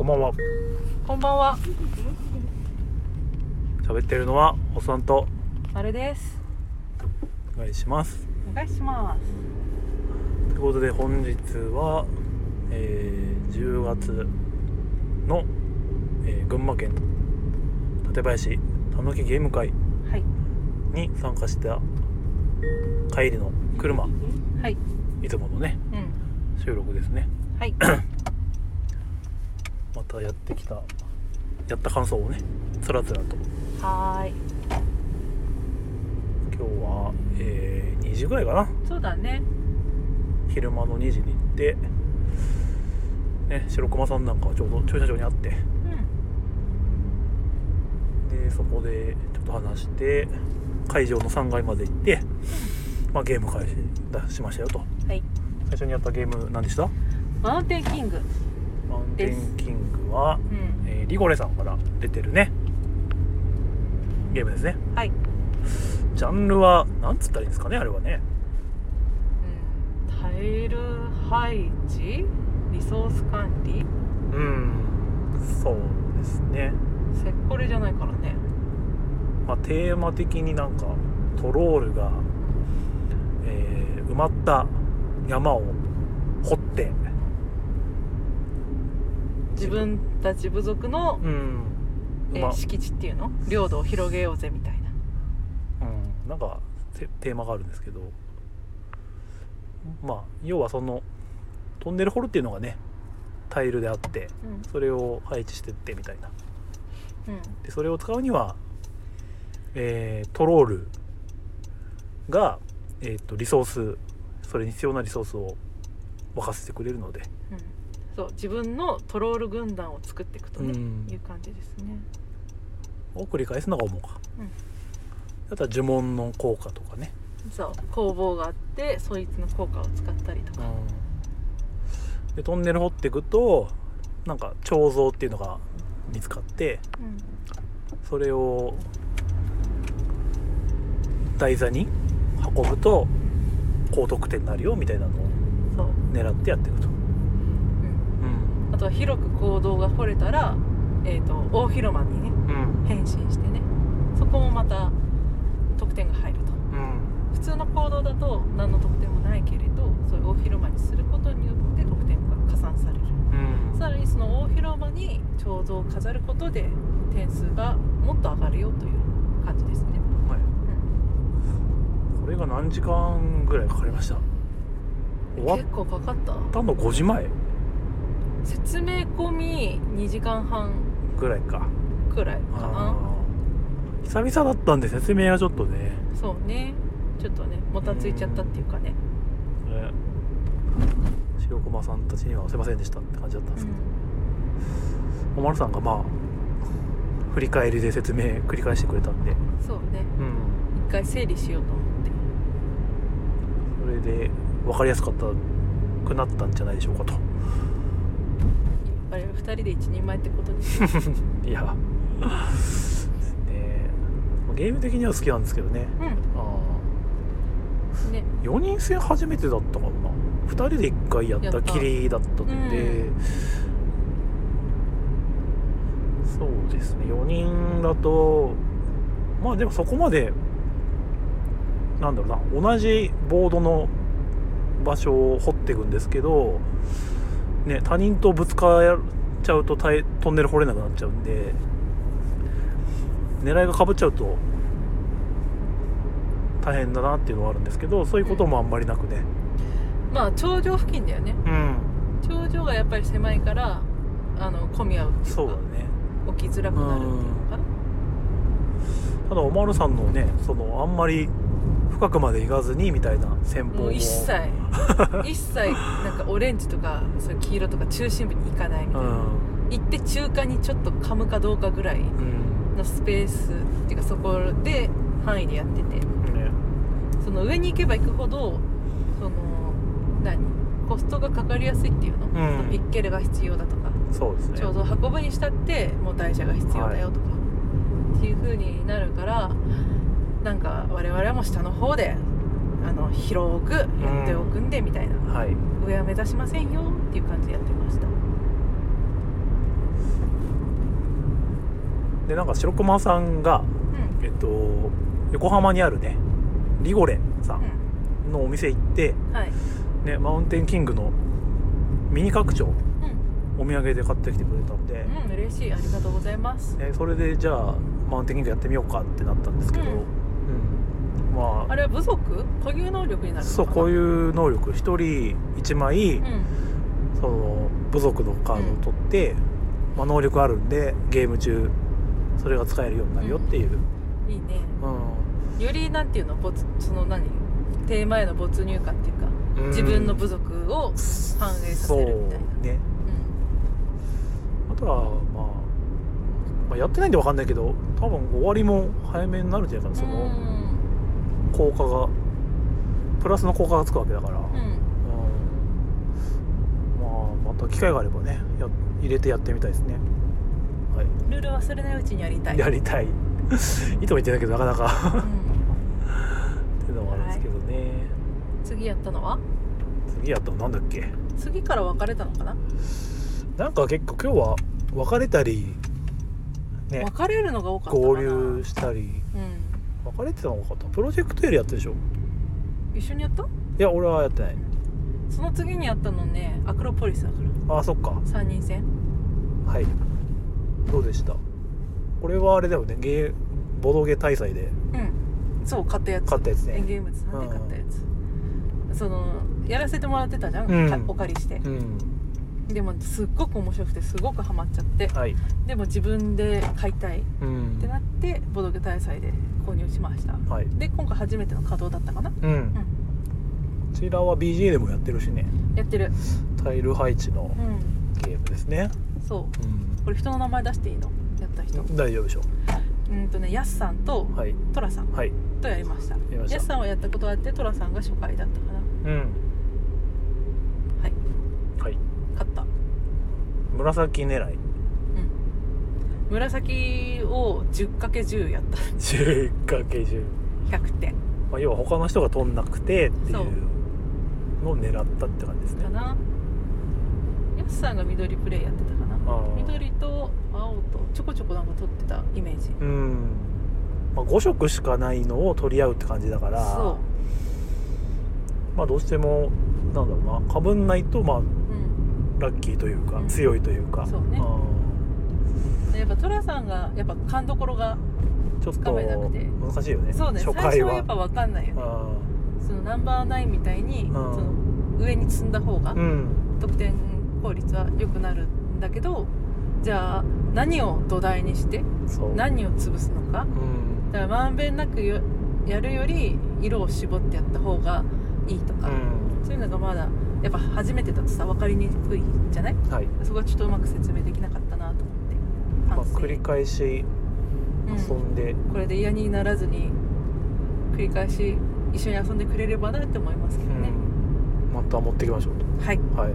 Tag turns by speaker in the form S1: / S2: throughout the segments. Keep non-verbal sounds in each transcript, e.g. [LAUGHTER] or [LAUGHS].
S1: ばんは
S2: こんばんは、
S1: 喋ってるのはおっさんと
S2: まるです。
S1: お願いします
S2: お願いしま
S1: と
S2: す。
S1: いうことで本日は、えー10月の、えー群馬県館林たぬきゲーム会
S2: はい、
S1: に参加した帰りの車
S2: はい、
S1: いつものね
S2: うん、
S1: 収録ですね
S2: [COUGHS] はい、
S1: またやってきたやった感想をねつらつらと
S2: はーい。
S1: 今日は、えー2時ぐらいかな
S2: そうだね。
S1: 昼間の2時に行って、ね、白駒さんなんかはちょうど駐車場にあって
S2: うん、
S1: でそこでちょっと話して会場の3階まで行って、まあ、ゲーム開始だしましたよと
S2: はい。
S1: 最初にやったゲーム何でした
S2: マウンテンキング。
S1: マウンテ
S2: です
S1: ンキングは、
S2: うん、
S1: えーリゴレさんから出てるねゲームですね
S2: はい。
S1: ジャンルは何つったらいいんですかねあれはね
S2: うん、タイル配置、リソース管理、
S1: うんそうですね
S2: セッコレじゃないからね。
S1: まあ、テーマ的になんかトロールが、えー埋まった山を掘って
S2: 自分たち部族の、
S1: うん、
S2: えー
S1: ま
S2: 敷地っていうの、領土を広げようぜみたいな。
S1: うん、なんかテテーマがあるんですけどまあ要はそのトンネル掘るっていうのがねタイルであって
S2: うん、
S1: それを配置してってみたいな
S2: うん、
S1: でそれを使うには、えートロールが、えー、とリソースそれに必要なリソースを沸かせてくれるので、
S2: うん。そう、自分のトロール軍団を作っていくとね、
S1: うん
S2: いう感じですね。
S1: を繰り返すのが重か、
S2: うん
S1: あとは呪文の効果とかね、
S2: そう工房があってそいつの効果を使ったりとか、
S1: でトンネル掘っていくとなんか彫像っていうのが見つかって
S2: うん
S1: それを台座に運ぶと高得点になるよみたいなのを
S2: そう、
S1: 狙ってやっていくと、
S2: うん、
S1: うん
S2: あとは広く行動が掘れたら、えー、と大広間にね
S1: うん
S2: 変身してねそこもまた得点が入ると
S1: うん、
S2: 普通の行動だと何の得点もないけれどそういう大広間にすることによって得点が加算される
S1: うん
S2: さらにその大広間に彫像を飾ることで点数がもっと上がるよという感じですね、
S1: はい、
S2: うん、
S1: これが何時間ぐらいかかりました終わっ
S2: 結構かかった
S1: たの5時前
S2: 説明込み2時間半
S1: ぐらいか
S2: くらいかな
S1: あー久々だったんで説明はちょっとね
S2: そうねちょっとねもたついちゃったっていうかね
S1: ね白駒さんたちにはすいませんでしたって感じだったんですけど、おまるさんがまあ振り返りで説明繰り返してくれたんで、
S2: うんそうね
S1: うん、
S2: 一回整理しようと思って
S1: それで分かりやすかったくなったんじゃないでしょうかと
S2: やっぱり2人で一人前ってことにしよ
S1: い [LAUGHS] やですねゲーム的には好きなんですけどね [LAUGHS]
S2: う
S1: あ
S2: うんね
S1: ー4人戦初めてだったかもな2人で1回やったきりだったんで、
S2: う
S1: そうですね4人だとまあでもそこまでなんだろうな同じボードの場所を掘っていくんですけど、ね、他人とぶつかっちゃうとたいトンネル掘れなくなっちゃうんで狙いがかぶっちゃうと大変だなっていうのはあるんですけどそういうこともあんまりなくね。
S2: まあ頂上付近だよね
S1: うん、
S2: 頂上がやっぱり狭いからあの混み合うっていう
S1: そうだ
S2: か
S1: ね
S2: 起きづらくなるっていうのかな
S1: ただおまるさんのねそのあんまり深くまで行かずにみたいな戦法
S2: も
S1: を
S2: う
S1: [LAUGHS]
S2: 一切一切なんかオレンジとかそういう黄色とか中心部に行かないみ
S1: う
S2: たいな、
S1: ん
S2: 行って中間にちょっと噛むかどうかぐらい
S1: うん
S2: のスペースっていうかそこで範囲でやってて
S1: ね
S2: その上に行けば行くほどその何コストがかかりやすいっていうの、
S1: ん
S2: ピッケルが必要だとか
S1: そうですね
S2: ちょうど運ぶにしたってもう台車が必要だよとか、っていう風になるからなんか我々も下の方であの広くやっておくんでみたいな、
S1: はい
S2: 上は目指しませんよっていう感じでやってました、う
S1: でなんか白熊さんが、
S2: うん
S1: えっと、横浜にあるねリゴレさん
S2: う
S1: のお店行って、
S2: んはい
S1: ね、マウンテンキングのミニ拡張
S2: う
S1: お土産で買ってきてくれたんで、
S2: ん、うん、嬉しいありがとうございます
S1: ね、それでじゃあマウンテンキングやってみようかってなったんですけど、
S2: うん
S1: うんま
S2: あれは部族固有能力にな
S1: あ
S2: るのかな
S1: そうこういう能力一人一枚、
S2: うん
S1: その部族のカードを取って、まあ、能力あるんでゲーム中それが使えるようになるよっていう、
S2: いいね
S1: う
S2: よりなんていうの没その何テーマへの没入感っていうか
S1: ん
S2: 自分の部族を反映させるみたいな
S1: そうね
S2: う
S1: あとは、まあ、まあやってないんで分かんないけど多分終わりも早めになるんじゃないか
S2: ん
S1: なその
S2: うん
S1: 効果がプラスの効果がつくわけだから、うん
S2: うん
S1: まあまた機会があればねや入れてやってみたいですねはい
S2: ルール忘れないうちにやりたい
S1: やりたい [LAUGHS] いとも言ってないけどなかなか [LAUGHS]
S2: うん
S1: っていうのもあるんですけどね、
S2: 次やったのは
S1: 次やったのなんだっけ
S2: 次から別れたのかな、
S1: なんか結構今日は別れたりね
S2: 別れるのが多かったかな
S1: 合流したり
S2: うん
S1: 別れてたのかったプロジェクトよりやってるでしょ
S2: 一緒にやった
S1: いや俺はやってない
S2: その次にやったのねアクロポリスだから
S1: あそっか
S2: 3人戦
S1: はいどうでしたこれはあれだよねゲーボドゲ大祭で
S2: うんそう買ったやつ
S1: 買ったやつ
S2: エン
S1: ね
S2: ゲームズさんで買ったやつ、そのやらせてもらってたじゃん、
S1: うん
S2: かお借りして
S1: うん
S2: でもすっごく面白くてすごくハマっちゃって
S1: はい
S2: でも自分で買いたいっ
S1: うん
S2: てなってボドゲ大祭で購入しました
S1: はい
S2: で今回初めての稼働だったかな
S1: うん、こちらは BGA でもやってるしね
S2: やってる
S1: タイル配置の
S2: うん
S1: ゲームですね、
S2: そう
S1: うん、
S2: これ人の名前出していいのやった人
S1: 大丈夫でしょ
S2: うんとねやすさんと
S1: うはい
S2: トラさん
S1: はい
S2: とやりました
S1: りました
S2: やすさんはやったことあってトラさんが初回だったかな
S1: うん
S2: はい
S1: はい
S2: 勝った
S1: 紫狙い
S2: うん紫を 10×10 やった [LAUGHS]
S1: 10×10
S2: 100点
S1: まあ、要は他の人が取んなくてっていう
S2: そう
S1: のを狙ったって感じですね
S2: かなやすさんが緑プレイやってたかな
S1: あー
S2: 緑と青とちょこちょこなんか撮ってたイメージ
S1: うん、まあ、5色しかないのを取り合うって感じだから
S2: そ
S1: まあどうしてもなんだろうなかぶんないとまあ
S2: ううん
S1: ラッキーというか
S2: うん
S1: 強いというか、
S2: そうね
S1: あ
S2: でやっぱトラさんがやっぱ勘どころが
S1: ーちょっ
S2: つかめな
S1: と
S2: くて
S1: 難しいよね
S2: そうね
S1: 初
S2: 最
S1: 回
S2: 初
S1: は
S2: はやっぱ分かんないよね
S1: あ
S2: そのナンバーナインみたいに、
S1: ん
S2: その上に積んだ方が
S1: ーうん
S2: 得点効率は良くなるんだけどじゃあ何を土台にして
S1: そう
S2: 何を潰すのか
S1: うん
S2: だからまんべんなくよやるより色を絞ってやった方がいいと
S1: う
S2: か、
S1: ん
S2: そういうのがまだやっぱ初めてだとさ分かりにくいじゃない
S1: はい、
S2: そこはちょっとうまく説明できなかったなと思って
S1: まあ、
S2: 反省
S1: 繰り返し遊
S2: うん
S1: んで、
S2: これで嫌にならずに繰り返し一緒に遊んでくれればなって思いますけど
S1: うん
S2: ね、
S1: また持ってきましょう
S2: はい
S1: とはい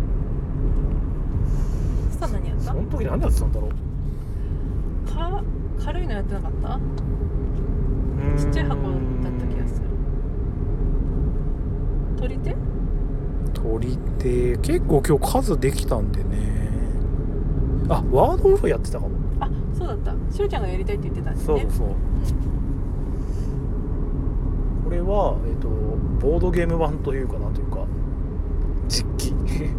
S2: スタ何やっ
S1: そ
S2: た
S1: の時何やってたんだろう
S2: か軽いのやってなかったちっちゃい箱だった気がする取り手
S1: 鳥って結構今日数できたんでねあワードオフやってたかも
S2: あそうだったしゅうちゃんがやりたいって言ってたんです
S1: そう
S2: ね
S1: そうそうこれは、えっとボードゲーム版というかなというか実機
S2: うん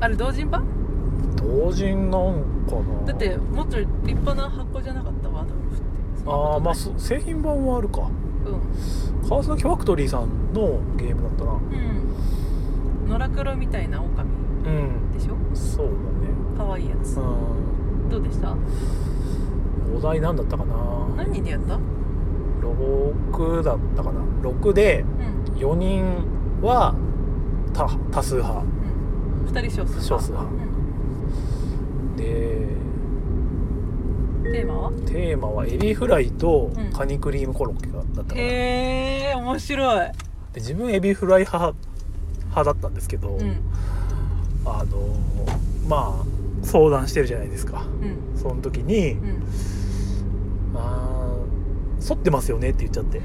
S2: あれ同人版
S1: [LAUGHS] 同人なんかな
S2: だってもっと立派な箱じゃなかったワードウルフってそんなことない
S1: ああまあそ製品版はあるか
S2: う
S1: 川崎ファクトリーさんのゲームだったなん
S2: うん野良黒みたいな狼
S1: うん
S2: でしょ
S1: そうだね
S2: 可愛いやつ
S1: う
S2: どうでした
S1: んお題何だったかな
S2: 何人でやったうん
S1: 6だったかな6で4人は多多数派
S2: うん2人少数
S1: 少数派
S2: うん
S1: で
S2: テーマは
S1: テーマはエビフライと
S2: うん
S1: カニクリームコロッケだったから、で
S2: へえ面白い
S1: 自分エビフライ派派だったんですけど、
S2: うん
S1: あのまあ相談してるじゃないですか
S2: うん
S1: その時に
S2: うん
S1: [LAUGHS] 「あー反ってますよね」って言っちゃって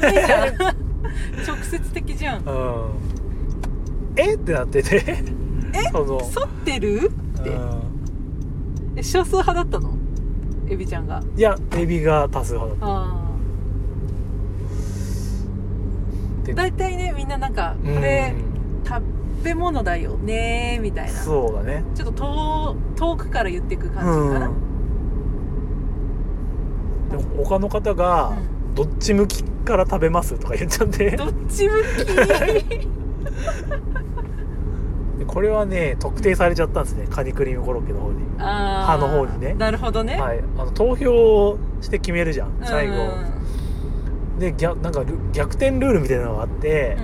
S2: ダメじゃん直接的じゃ
S1: 「う
S2: ん
S1: ん、えっ?」てなっててその
S2: 反ってるって
S1: うん
S2: え少数派だったのエビちゃんが
S1: いやエビが多数派だっ
S2: あ
S1: て
S2: あ大体ねみんななんかこれ食べ物だよねみた
S1: うん
S2: いなちょ
S1: そうだね
S2: っと遠遠くから言っていく感じかな、
S1: うんでも他の方が
S2: う
S1: 「どっち向きから食べます?」とか言っちゃって
S2: どっち向き
S1: でこれはね特定されちゃったんですねカニクリームコロッケの方に、
S2: あ
S1: [LAUGHS] 歯
S2: ー
S1: の方にね
S2: なるほどね、
S1: はい、あの投票して決めるじゃん
S2: うん
S1: 最後、で逆なんかル逆転ルールみたいなのがあって、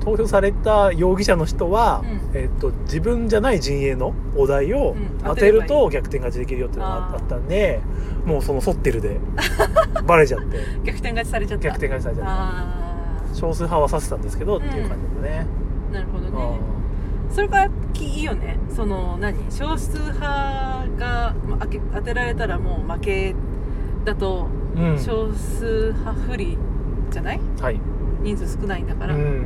S1: 投票された容疑者の人は、
S2: うん
S1: えっと自分じゃない陣営のお題を
S2: うん
S1: 当てる
S2: 当てれば
S1: と逆転勝ちできるよっていうのがあ
S2: あー
S1: あったんでもうそのソッテルでバレちゃって
S2: [LAUGHS] うん逆転勝ちされちゃった
S1: 逆転勝ちされちゃっ
S2: あ
S1: た少数派はさせたんですけどっていう感じだね、
S2: あなるほど
S1: うん
S2: ねそれがいいよねその何少数派がまあけ当てられたらもう負けだと
S1: うん
S2: 少数派不利じゃない
S1: はい、
S2: 人数少ないんだか
S1: う
S2: ら、
S1: ん、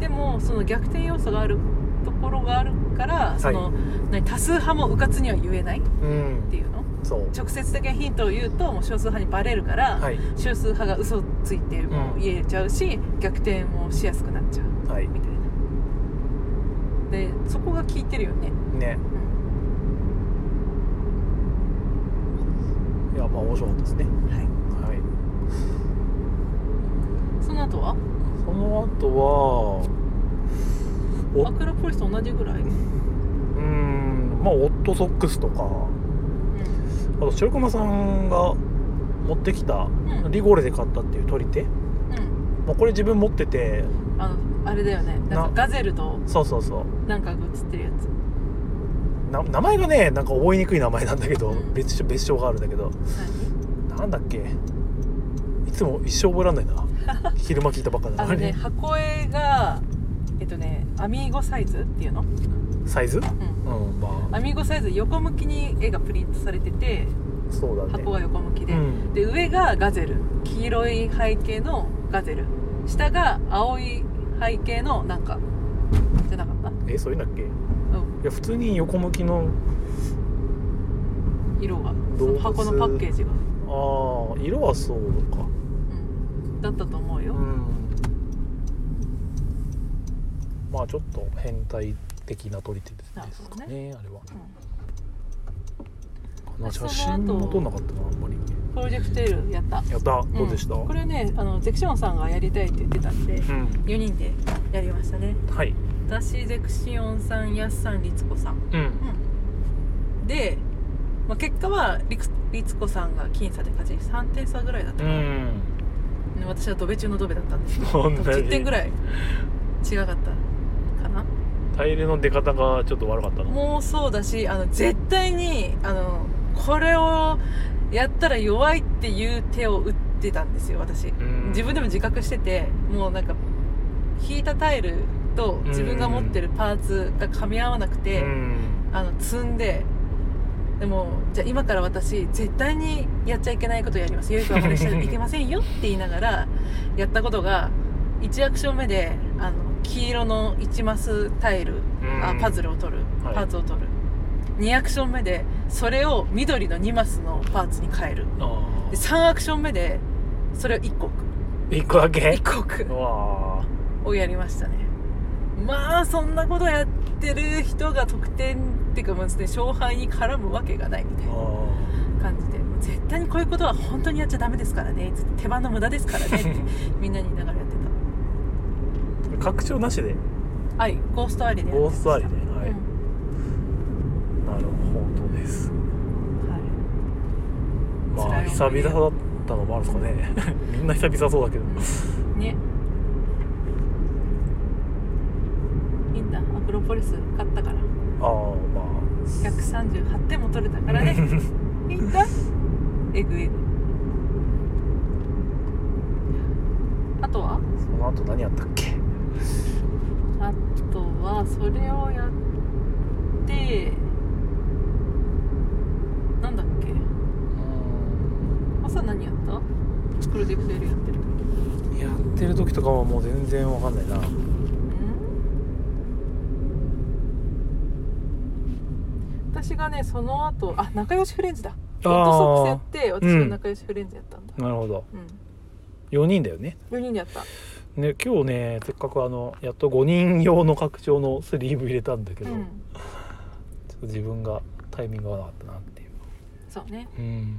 S2: でもその逆転要素があるところがあるからその、何多数派もうかつには言えないっ
S1: うん
S2: て、いうの
S1: そう
S2: 直接的なヒントを言うともう少数派にバレるから、
S1: はい
S2: 少数派が嘘ついても言えちゃうし、逆転もしやすくなっちゃう
S1: はい
S2: みたいなでそこが効いてるよね、
S1: ね
S2: うん
S1: いやまあ面白かったですね
S2: はい、
S1: はい
S2: その後は
S1: その後はお
S2: アクラポリスと同じぐらい、うん
S1: うーんまあオットソックスとかあと白熊さんが持ってきた
S2: うん
S1: リゴレで買ったっていう取り手、
S2: うん、
S1: まあ、これ自分持ってて
S2: あのあれだよねなんかガゼルと
S1: そうそうそう
S2: なんかが映ってるやつ
S1: な名前がねなんか覚えにくい名前なんだけど、
S2: うん
S1: 別所別称があるんだけどなんだっけいつも一生覚えらんないな
S2: [LAUGHS]
S1: 昼間聞いたばっか
S2: 何あ
S1: だ
S2: の
S1: な、
S2: ね箱絵がえっとねアミーゴサイズっていうの、
S1: サイズ
S2: うん、
S1: うんまあ
S2: アミーゴサイズ横向きに絵がプリントされてて
S1: そうだね
S2: 箱が横向きで、
S1: うん
S2: で上がガゼル黄色い背景のガゼル下が青い背景のなんかじゃなかった
S1: えそういうんだっけい
S2: うん
S1: や普通に横向きの
S2: 色がそ
S1: 動
S2: の
S1: 物
S2: 箱のパッケージが、
S1: ああ色はそうか
S2: うん、だったと思うよ、
S1: うんまあちょっと変態的な取り手ですかねあれはこの写真も撮んなかったなあんまり
S2: プロジェクト L やった
S1: やったどうでした、うん
S2: んこれねあのゼクションさんがやりたいって言ってたんで4人でやりましたね
S1: はい
S2: 私ゼクシオンさんやすさんりつこさん、
S1: うん
S2: うん、で、まあ、結果はりくりつこさんが僅差で勝ち3点差ぐらいだった
S1: う
S2: かな、
S1: ん
S2: ね私はドベ中のドベだったんですけ
S1: 同
S2: ど
S1: じ
S2: 10点
S1: [LAUGHS]
S2: ぐらい違かったかな [LAUGHS]
S1: タイルの出方がちょっと悪かったの
S2: もうそうだしあの絶対にあのこれをやったら弱いっていう手を打ってたんですよ私
S1: ん
S2: 自分でも自覚しててもうなんか引いたタイルと自分が持ってるパーツが噛み合わなくて、
S1: うん
S2: あの積んででもじゃあ今から私絶対にやっちゃいけないことやりますよくは真似しちゃいけませんよって言いながらやったことが1アクション目であの黄色の1マスタイル、
S1: うん
S2: あパズルを取る
S1: はい
S2: パーツを取る、2アクション目でそれを緑の2マスのパーツに変える
S1: あ
S2: で3アクション目でそれを1個置く
S1: ー一個だけ
S2: 1個置く
S1: うわあ
S2: をやりましたねまあそんなことやってる人が得点っていうかもう、ね、勝敗に絡むわけがないみたい
S1: あー
S2: な感じでもう絶対にこういうことは本当にやっちゃダメですからねつって手間の無駄ですからねってみんなに言いながらやって
S1: 拡張なしで
S2: たはいゴーストアリでやって
S1: ゴ
S2: ま
S1: ー
S2: し
S1: スト
S2: た
S1: アリではい、
S2: うん
S1: なるほどです
S2: はい
S1: まあ
S2: 辛い
S1: 久
S2: 思い
S1: 々
S2: 出
S1: だったのもあるんですかね [LAUGHS] みんな久々そうだけど
S2: うんねみんなアクロポリス買ったから
S1: ああま
S2: 138点も取れた
S1: あ
S2: からねみんなえぐえぐあとは
S1: [LAUGHS] その後何やったっけ
S2: あとはそれをやってなんだっけ朝何やったプロジェクト L やってる時
S1: やってる時とかはもう全然わかんないな
S2: うん私がねその後あ仲良しフレンズだホットソックスやって私の仲良しフレンズやったんだ、
S1: なるほど
S2: うん
S1: 4人だよね
S2: 4人でやった
S1: ね今日ねせっかくあのやっと5人用の拡張のスリーブ入れたんだけ
S2: う
S1: ど、ち
S2: ん
S1: ょっと自分がタイミングが合わなかったなっていう
S2: そうね
S1: うん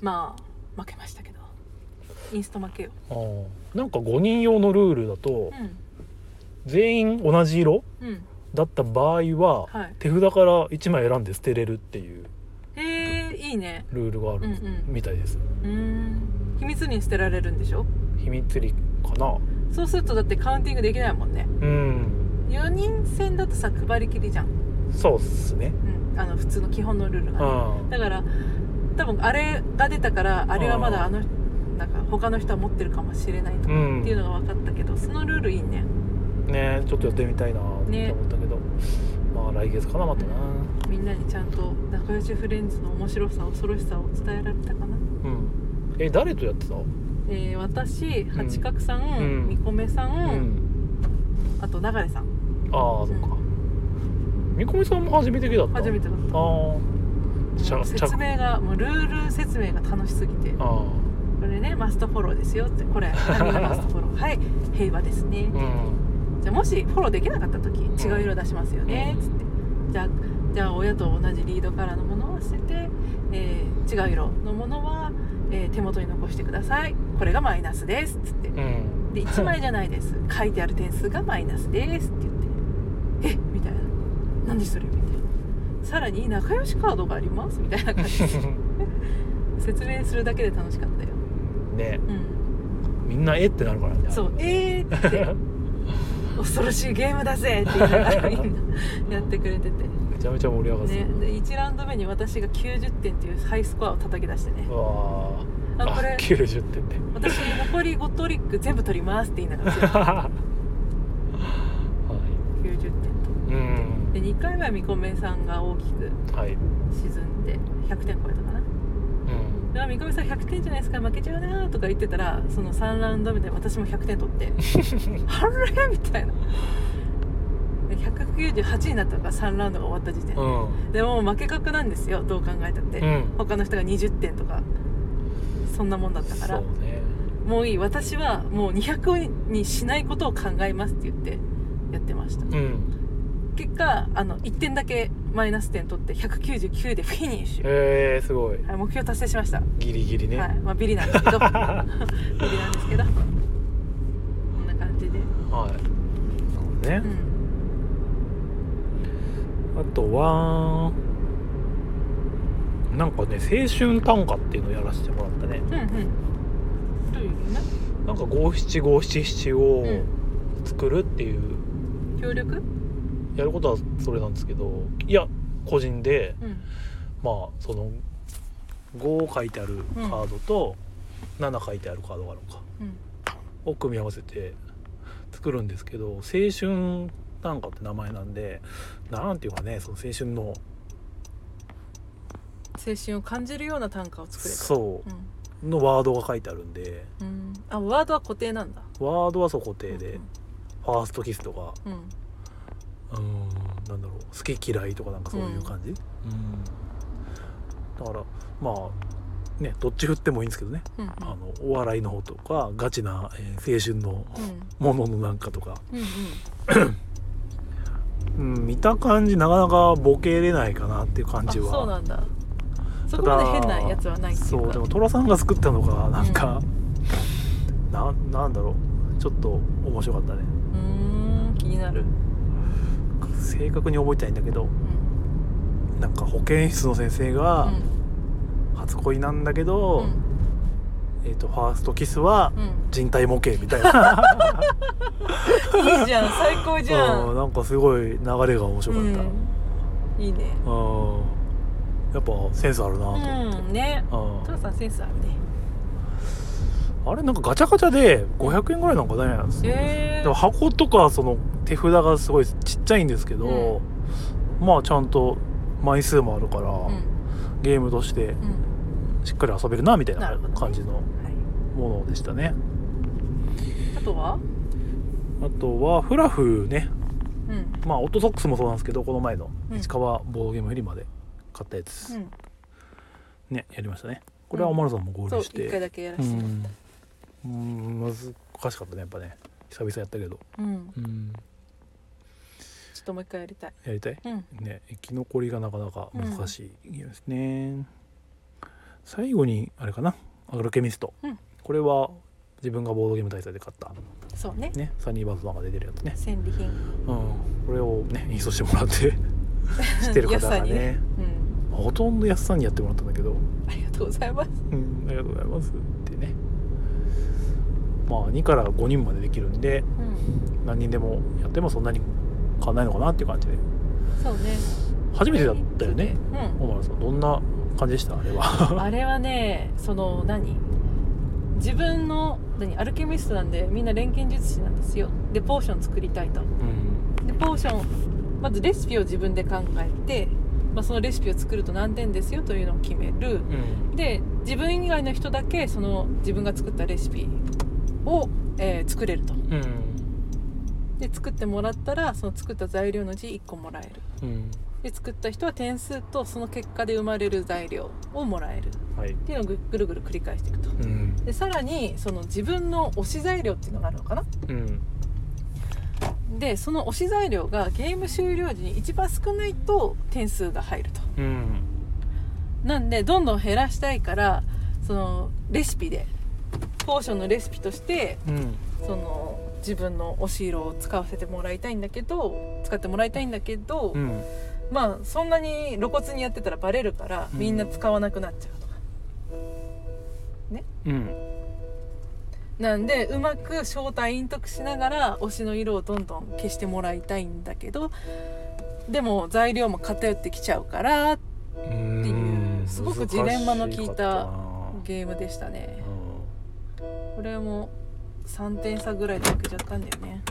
S2: まあ負けましたけどインスタ負けよ
S1: あーなんか5人用のルールだと
S2: う
S1: 全員同じ色
S2: んうん
S1: だった場合は、
S2: はい
S1: 手札から1枚選んで捨てれるっていう
S2: へえいいね
S1: ルールがある
S2: うんうん
S1: みたいです、
S2: うーん秘密裏に捨てられるんでしょ
S1: 秘密裏かな
S2: そうするとだってカウンティングできないもんね
S1: うん
S2: 4人戦だとさ配りきりじゃん、
S1: そうっすね
S2: うん、あの普通の基本のルールが、ね、
S1: うん
S2: だから多分あれが出たからあれはまだあのなんか他の人は持ってるかもしれないと
S1: う
S2: か
S1: ん
S2: っていうのが分かったけどそのルールいいね
S1: ねちょっとやってみたいなって思ったけど、まあ来月かなまたな
S2: みんなにちゃんと仲良しフレンズの面白さ恐ろしさを伝えられたかな、
S1: うんえ誰とやってたう
S2: えー私八角さん、
S1: うん
S2: みこめさん、
S1: ん
S2: あと流さん
S1: ああそっかみこみさんも初めてだった
S2: 初め
S1: て
S2: てだっ
S1: ああち
S2: たも
S1: ゃ
S2: う
S1: ちゃ
S2: 説明がもうルール説明が楽しすぎてこ
S1: あ
S2: れねマストフォローですよってこれ何がマストフ
S1: [LAUGHS]
S2: ォローはい平和ですね
S1: あうん
S2: じゃあもしフォローできなかった時違う色出しますよね、
S1: うん
S2: つってじゃあじゃあ親と同じリードカラーのものは捨てて、えー違う色のものは、えー手元に残してくださいこれがマイナスですつって
S1: うん
S2: で1枚じゃないです書いてある点数がマイナスですって言ってえみたいな何それみたいなさらに仲良しカードがありますみたい
S1: [LAUGHS]
S2: な感じで説明するだけで楽しかったよ
S1: ね
S2: うん
S1: みんなえってなるからね [LAUGHS]
S2: そうえーって恐ろしいゲームだぜって言いながらみんなやってくれてて、
S1: めちゃめちゃ盛り上がって
S2: ね、で1ラウンド目に私が90点っていうハイスコアを叩き出してね
S1: たわあ
S2: あこれ
S1: 90点で [LAUGHS]
S2: 私残り5トリック全部取りますって言いながら
S1: は
S2: 90点
S1: い
S2: と
S1: うん
S2: で2回目はみこめさんが大きく
S1: はい
S2: 沈んで100点超えたかな
S1: うん
S2: うわ三上さん100点じゃないですか負けちゃうなとか言ってたらその3ラウンド目で私も100点取って
S1: [LAUGHS]
S2: あれみたいなで198になったのが3ラウンドが終わった時点
S1: う
S2: で、
S1: ん
S2: でももう負け確なんですよどう考えたって、
S1: うん
S2: 他の人が20点とかそんなもんだったから
S1: そうね
S2: もういい私はもう200にしないことを考えますって言ってやってました、
S1: うん
S2: 結果あの1点だけマイナス点取って199でフィニッシュ、
S1: えー、すごい
S2: はい目標達成しました
S1: ギリギリね、
S2: は
S1: あ
S2: い、まあビリなんですけどビリなんですけどこんな感じで、
S1: [LAUGHS] はいなるほど
S2: う
S1: ね、
S2: ん、
S1: あとはなんかね青春短歌っていうのをやらせてもらったね
S2: うんうんどういう意味ね
S1: なんか五七五七七を作るっていう、
S2: 協力
S1: やることはそれなんですけどいや個人で
S2: うん
S1: まあその5書いてあるカードと7書いてあるカードがあるのか
S2: うん
S1: を組み合わせて作るんですけど青春短歌って名前なんでなんていうかねその青春の
S2: 青春を感じるような短歌を作れと
S1: そう
S2: うん
S1: のワードが書いてあるんで
S2: うん、あワードは固定なんだ
S1: ワードはそこ定でファーストキスとか
S2: うんうん
S1: うーんなんだろう好き嫌いとかなんかそういう感じ、うん、だからまあねどっち振ってもいいんですけどね
S2: うん
S1: あのお笑いの方とかガチな、えー青春の
S2: うん
S1: もののなんかとか、
S2: うんうん
S1: うん、見た感じなかなかボケれないかなっていう感
S2: あ
S1: じは
S2: そうなんだそ
S1: た
S2: こ
S1: だ
S2: まで変なやつはないっていうか
S1: そうでも寅さんが作ったのがなんか、ななんだろうちょっと面白かったね
S2: うーん気になる、
S1: 正確に覚えてないんだけど
S2: うん
S1: なんか保健室の先生
S2: う
S1: が
S2: ん
S1: 初恋なんだけ
S2: う
S1: ど、
S2: ん
S1: えー、とファーストキスは
S2: うん
S1: 人体模型みたいな
S2: いいじゃん最
S1: [LAUGHS]
S2: 高じゃん
S1: うんなんかすごい流れが面白かった、うん
S2: うん、いいね
S1: やっぱセンスあるなと、
S2: うんね
S1: うん
S2: 父さんセンスあるね
S1: あれなんかガチャガチャで500円ぐらいなんかね、
S2: え
S1: でも箱とかその手札がすごいちっちゃいんですけど、まあちゃんと枚数もあるから、
S2: うん
S1: ゲームとして
S2: うん
S1: しっかり遊べるなみたい
S2: な
S1: な
S2: るほどね
S1: 感じの
S2: はい
S1: ものでしたね
S2: あとは
S1: あとはフラフね
S2: うん
S1: まあオットソックスもそうなんですけどこの前の
S2: うん
S1: 市川ボードゲームフリマで買ったやつ、
S2: うん
S1: ねやりましたねこれはおまるさんも合
S2: そう
S1: 流し
S2: 1回
S1: て
S2: だけやら
S1: う
S2: せてもらっ
S1: んうん難しかったねやっぱね久々やったけど
S2: たうん
S1: うん
S2: ちょっともう一回やりたい
S1: やりたい
S2: うん
S1: ね生き残りがなかなか難しいゲームですね、最後にあれかなアルケミスト、
S2: うん
S1: これは自分がボードゲーム大祭で買った、
S2: そうね
S1: ね、サニーバーズマンが出てるやつね、
S2: 戦利品
S1: うん、これをねインストしてもらって
S2: [LAUGHS]
S1: してる方が
S2: 安さに
S1: ね
S2: ねうん
S1: ほとんど安さんにやってもらったんだけど、
S2: ありがとうございます
S1: うん、ありがとうございますってねまあ2から5人までできるんで
S2: うん
S1: 何人でもやってもそんなに変わんないのかなっていう感じで
S2: そうね
S1: 初めてだったよね
S2: うん
S1: 小丸さんどんな感じでしたあれは
S2: [LAUGHS] あれはねその何自分の何アルケミストなんでみんな錬金術師なんですよでポーション作りたいと
S1: うん
S2: でポーションまずレシピを自分で考えて、まあ、そのレシピを作ると何点ですよというのを決める
S1: うん
S2: で自分以外の人だけその自分が作ったレシピを、えー作れると
S1: うん
S2: で作ってもらったらその作った材料のうち1個もらえる
S1: うん
S2: で作った人は点数とその結果で生まれる材料をもらえるっ
S1: はい
S2: ていうのをぐぐるぐる繰り返していくと
S1: うん
S2: でさらにその自分の推し材料っていうのがあるのかな
S1: うん
S2: でその推し材料がゲーム終了時に一番少ないと点数が入ると
S1: うん
S2: なんでどんどん減らしたいからそのレシピでポーションのレシピとして
S1: うん
S2: その自分の推し色を使わせてもらいたいんだけど使ってもらいたいんだけど、
S1: うん
S2: まあそんなに露骨にやってたらバレるから
S1: うん
S2: みんな使わなくなっちゃうとか、
S1: うん
S2: なんでうまく正体隠匿しながら推しの色をどんどん消してもらいたいんだけどでも材料も偏ってきちゃうから
S1: って
S2: いうすごくジレンマの効いたゲームでしたね
S1: う
S2: これも3点差ぐらいで負けちゃったんだよね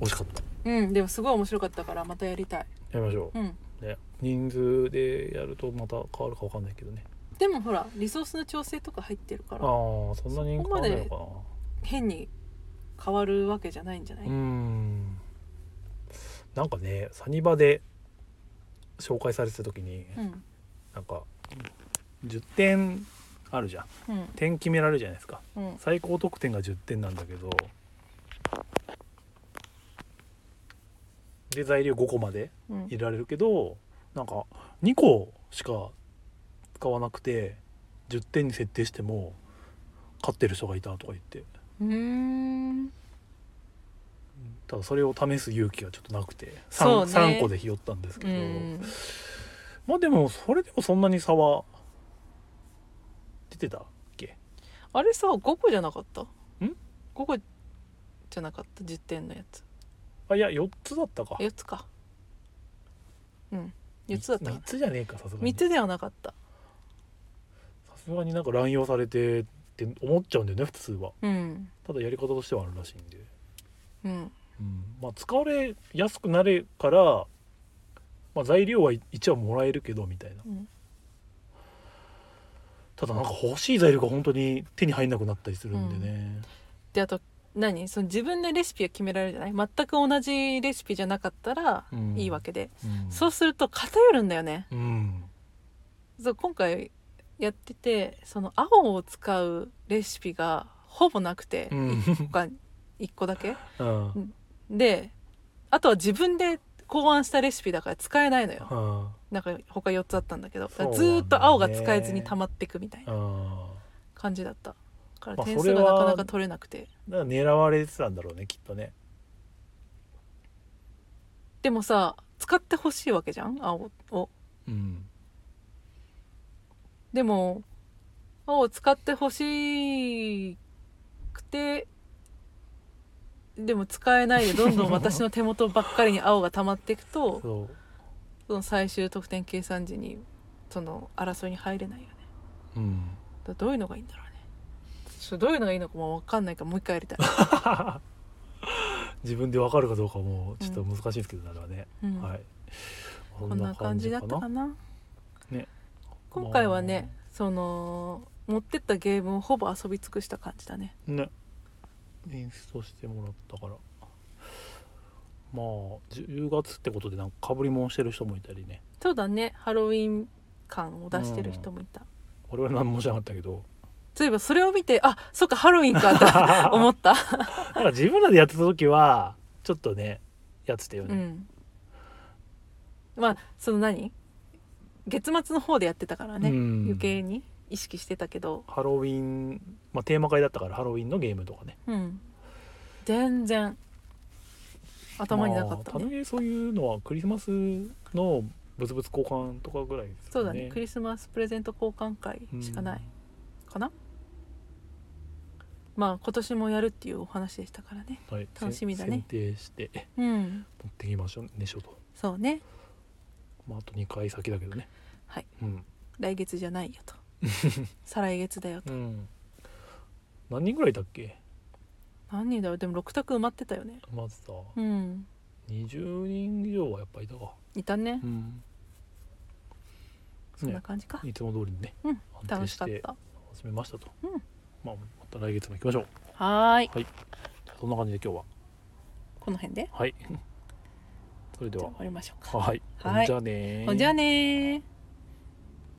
S1: ん惜しかった
S2: うんでもすごい面白かったからまたやりたい
S1: やりましょ
S2: うん
S1: う、ね、人数でやるとまた変わるかわかんないけどね
S2: でもほらリソースの調整とか入ってるか
S1: ああ
S2: ら
S1: ーそんなに変わらないのか
S2: 変に変わるわけじゃないんじゃな、
S1: ないうんなんかねサニバで紹介されてた時に、
S2: うん
S1: なんか10点あるじゃん
S2: うん
S1: 点決められるじゃないですか
S2: うん
S1: 最高得点が10点なんだけどで材料5個まで
S2: うん
S1: 入れられるけどなんか2個しか使わなくて10点に設定しても勝ってる人がいたとか言って
S2: うーん
S1: ただそれを試す勇気がちょっとなくて
S2: そう
S1: 3,、
S2: ね
S1: 三個で拾ったんですけ
S2: う
S1: ど、
S2: ん
S1: まあでもそれでもそんなに差は出てたっけ
S2: あれさ5個じゃなかったん
S1: ん
S2: ?5 個じゃなかった10点のやつ
S1: あいや4つだったか
S2: 4つかうん4つだったか
S1: 3
S2: な
S1: つじゃねえかさすがに
S2: 3つではなかった
S1: さすがになんか乱用されてって思っちゃうんだよね普通は
S2: うん
S1: ただやり方としてはあるらしいんで、
S2: うん
S1: うん、まあ使われやすくなるから、まあ、材料は1はもらえるけどみたいな
S2: うん
S1: ただなんか欲しい材料が本当に手に入んなくなったりするんでね、
S2: であと何その自分でレシピを決められるじゃない全く同じレシピじゃなかったら
S1: うん
S2: いいわけで、
S1: うん
S2: そうすると偏るんだよね
S1: うん
S2: そう今回やっててその青を使うレシピがほぼなくて、
S1: うん
S2: 1個か1個だけ
S1: うん
S2: であとは自分で考案したレシピだから使えないのよ
S1: うん
S2: なんか他4つあったんだけどだから
S1: そう
S2: ず
S1: なんだよね
S2: ーっと青が使えずに溜まってくみたいな
S1: うん
S2: 感じだった
S1: ま
S2: だか
S1: あ
S2: ら点数
S1: そ
S2: が
S1: れ
S2: な
S1: は
S2: かなか取れなくて、
S1: だから狙われてたんだろうねきっとね
S2: でもさ使ってほしいわけじゃん青を
S1: うん
S2: でも青を使ってほしくてでも使えないでどんどん私の手元ばっかりに青が溜まっていくと
S1: [LAUGHS] そう
S2: その最終得点計算時にその争いに入れないよね
S1: うん
S2: だどういうのがいいんだろうねちょっとどういうのがいいのかも分かんないからもう一回やり [LAUGHS] たい、
S1: 自分でわかるかどうかもちょっと難しいですけど、あれはね、
S2: うん
S1: はい
S2: こんな感じだったか
S1: な
S2: な
S1: ね
S2: 今回はねその持ってったゲームをほぼ遊び尽くした感じだね
S1: ねインストしてもらったからまあ10月ってことでなんかかぶりもんしてる人もいたりね
S2: そうだねハロウィン感を出してる人もいた、
S1: 俺は何もしなかったけど
S2: そういえばそれを見てあそっかハロウィンか [LAUGHS] と思っ
S1: だ
S2: た、
S1: から自分らでやってた時はちょっとねやってたよ
S2: う
S1: ね、
S2: ん、まあその何月末の方でやってたからね、
S1: うん
S2: 余計に意識してたけど、
S1: ハロウィン、まあ、テーマ会だったからハロウィンのゲームとかね
S2: うん、全然頭になかった
S1: まあ
S2: ね、
S1: たまにそういうのはクリスマスの物々交換とかぐらいです
S2: そうだねクリスマスプレゼント交換会しかない、かなまあ今年もやるっていうお話でしたからね
S1: うんはい、
S2: 楽しみだね
S1: 選定して持
S2: うん
S1: ってきましょうねしょと、
S2: そうね
S1: まあ、あと2回先だけどね
S2: はい、
S1: うん
S2: 来月じゃないよ [LAUGHS] と再来月だよと
S1: うん、何人ぐらいいたっけ
S2: 何人だろうでも6択埋まってたよね
S1: まずさ
S2: うん
S1: 20人以上はやっぱいたわ
S2: いたね、
S1: うん
S2: そんな感じか、
S1: いつも通りにね、
S2: うん
S1: 安定
S2: 楽し
S1: し
S2: かってた
S1: 始めましたと、
S2: うん
S1: まあ、また来月も行きましょう
S2: はーい
S1: そんな感じで今日は
S2: この辺で
S1: はいそれで
S2: じゃあ
S1: は
S2: 終わりましょうか
S1: はい、
S2: はい
S1: じゃあねー
S2: ほんじゃあねー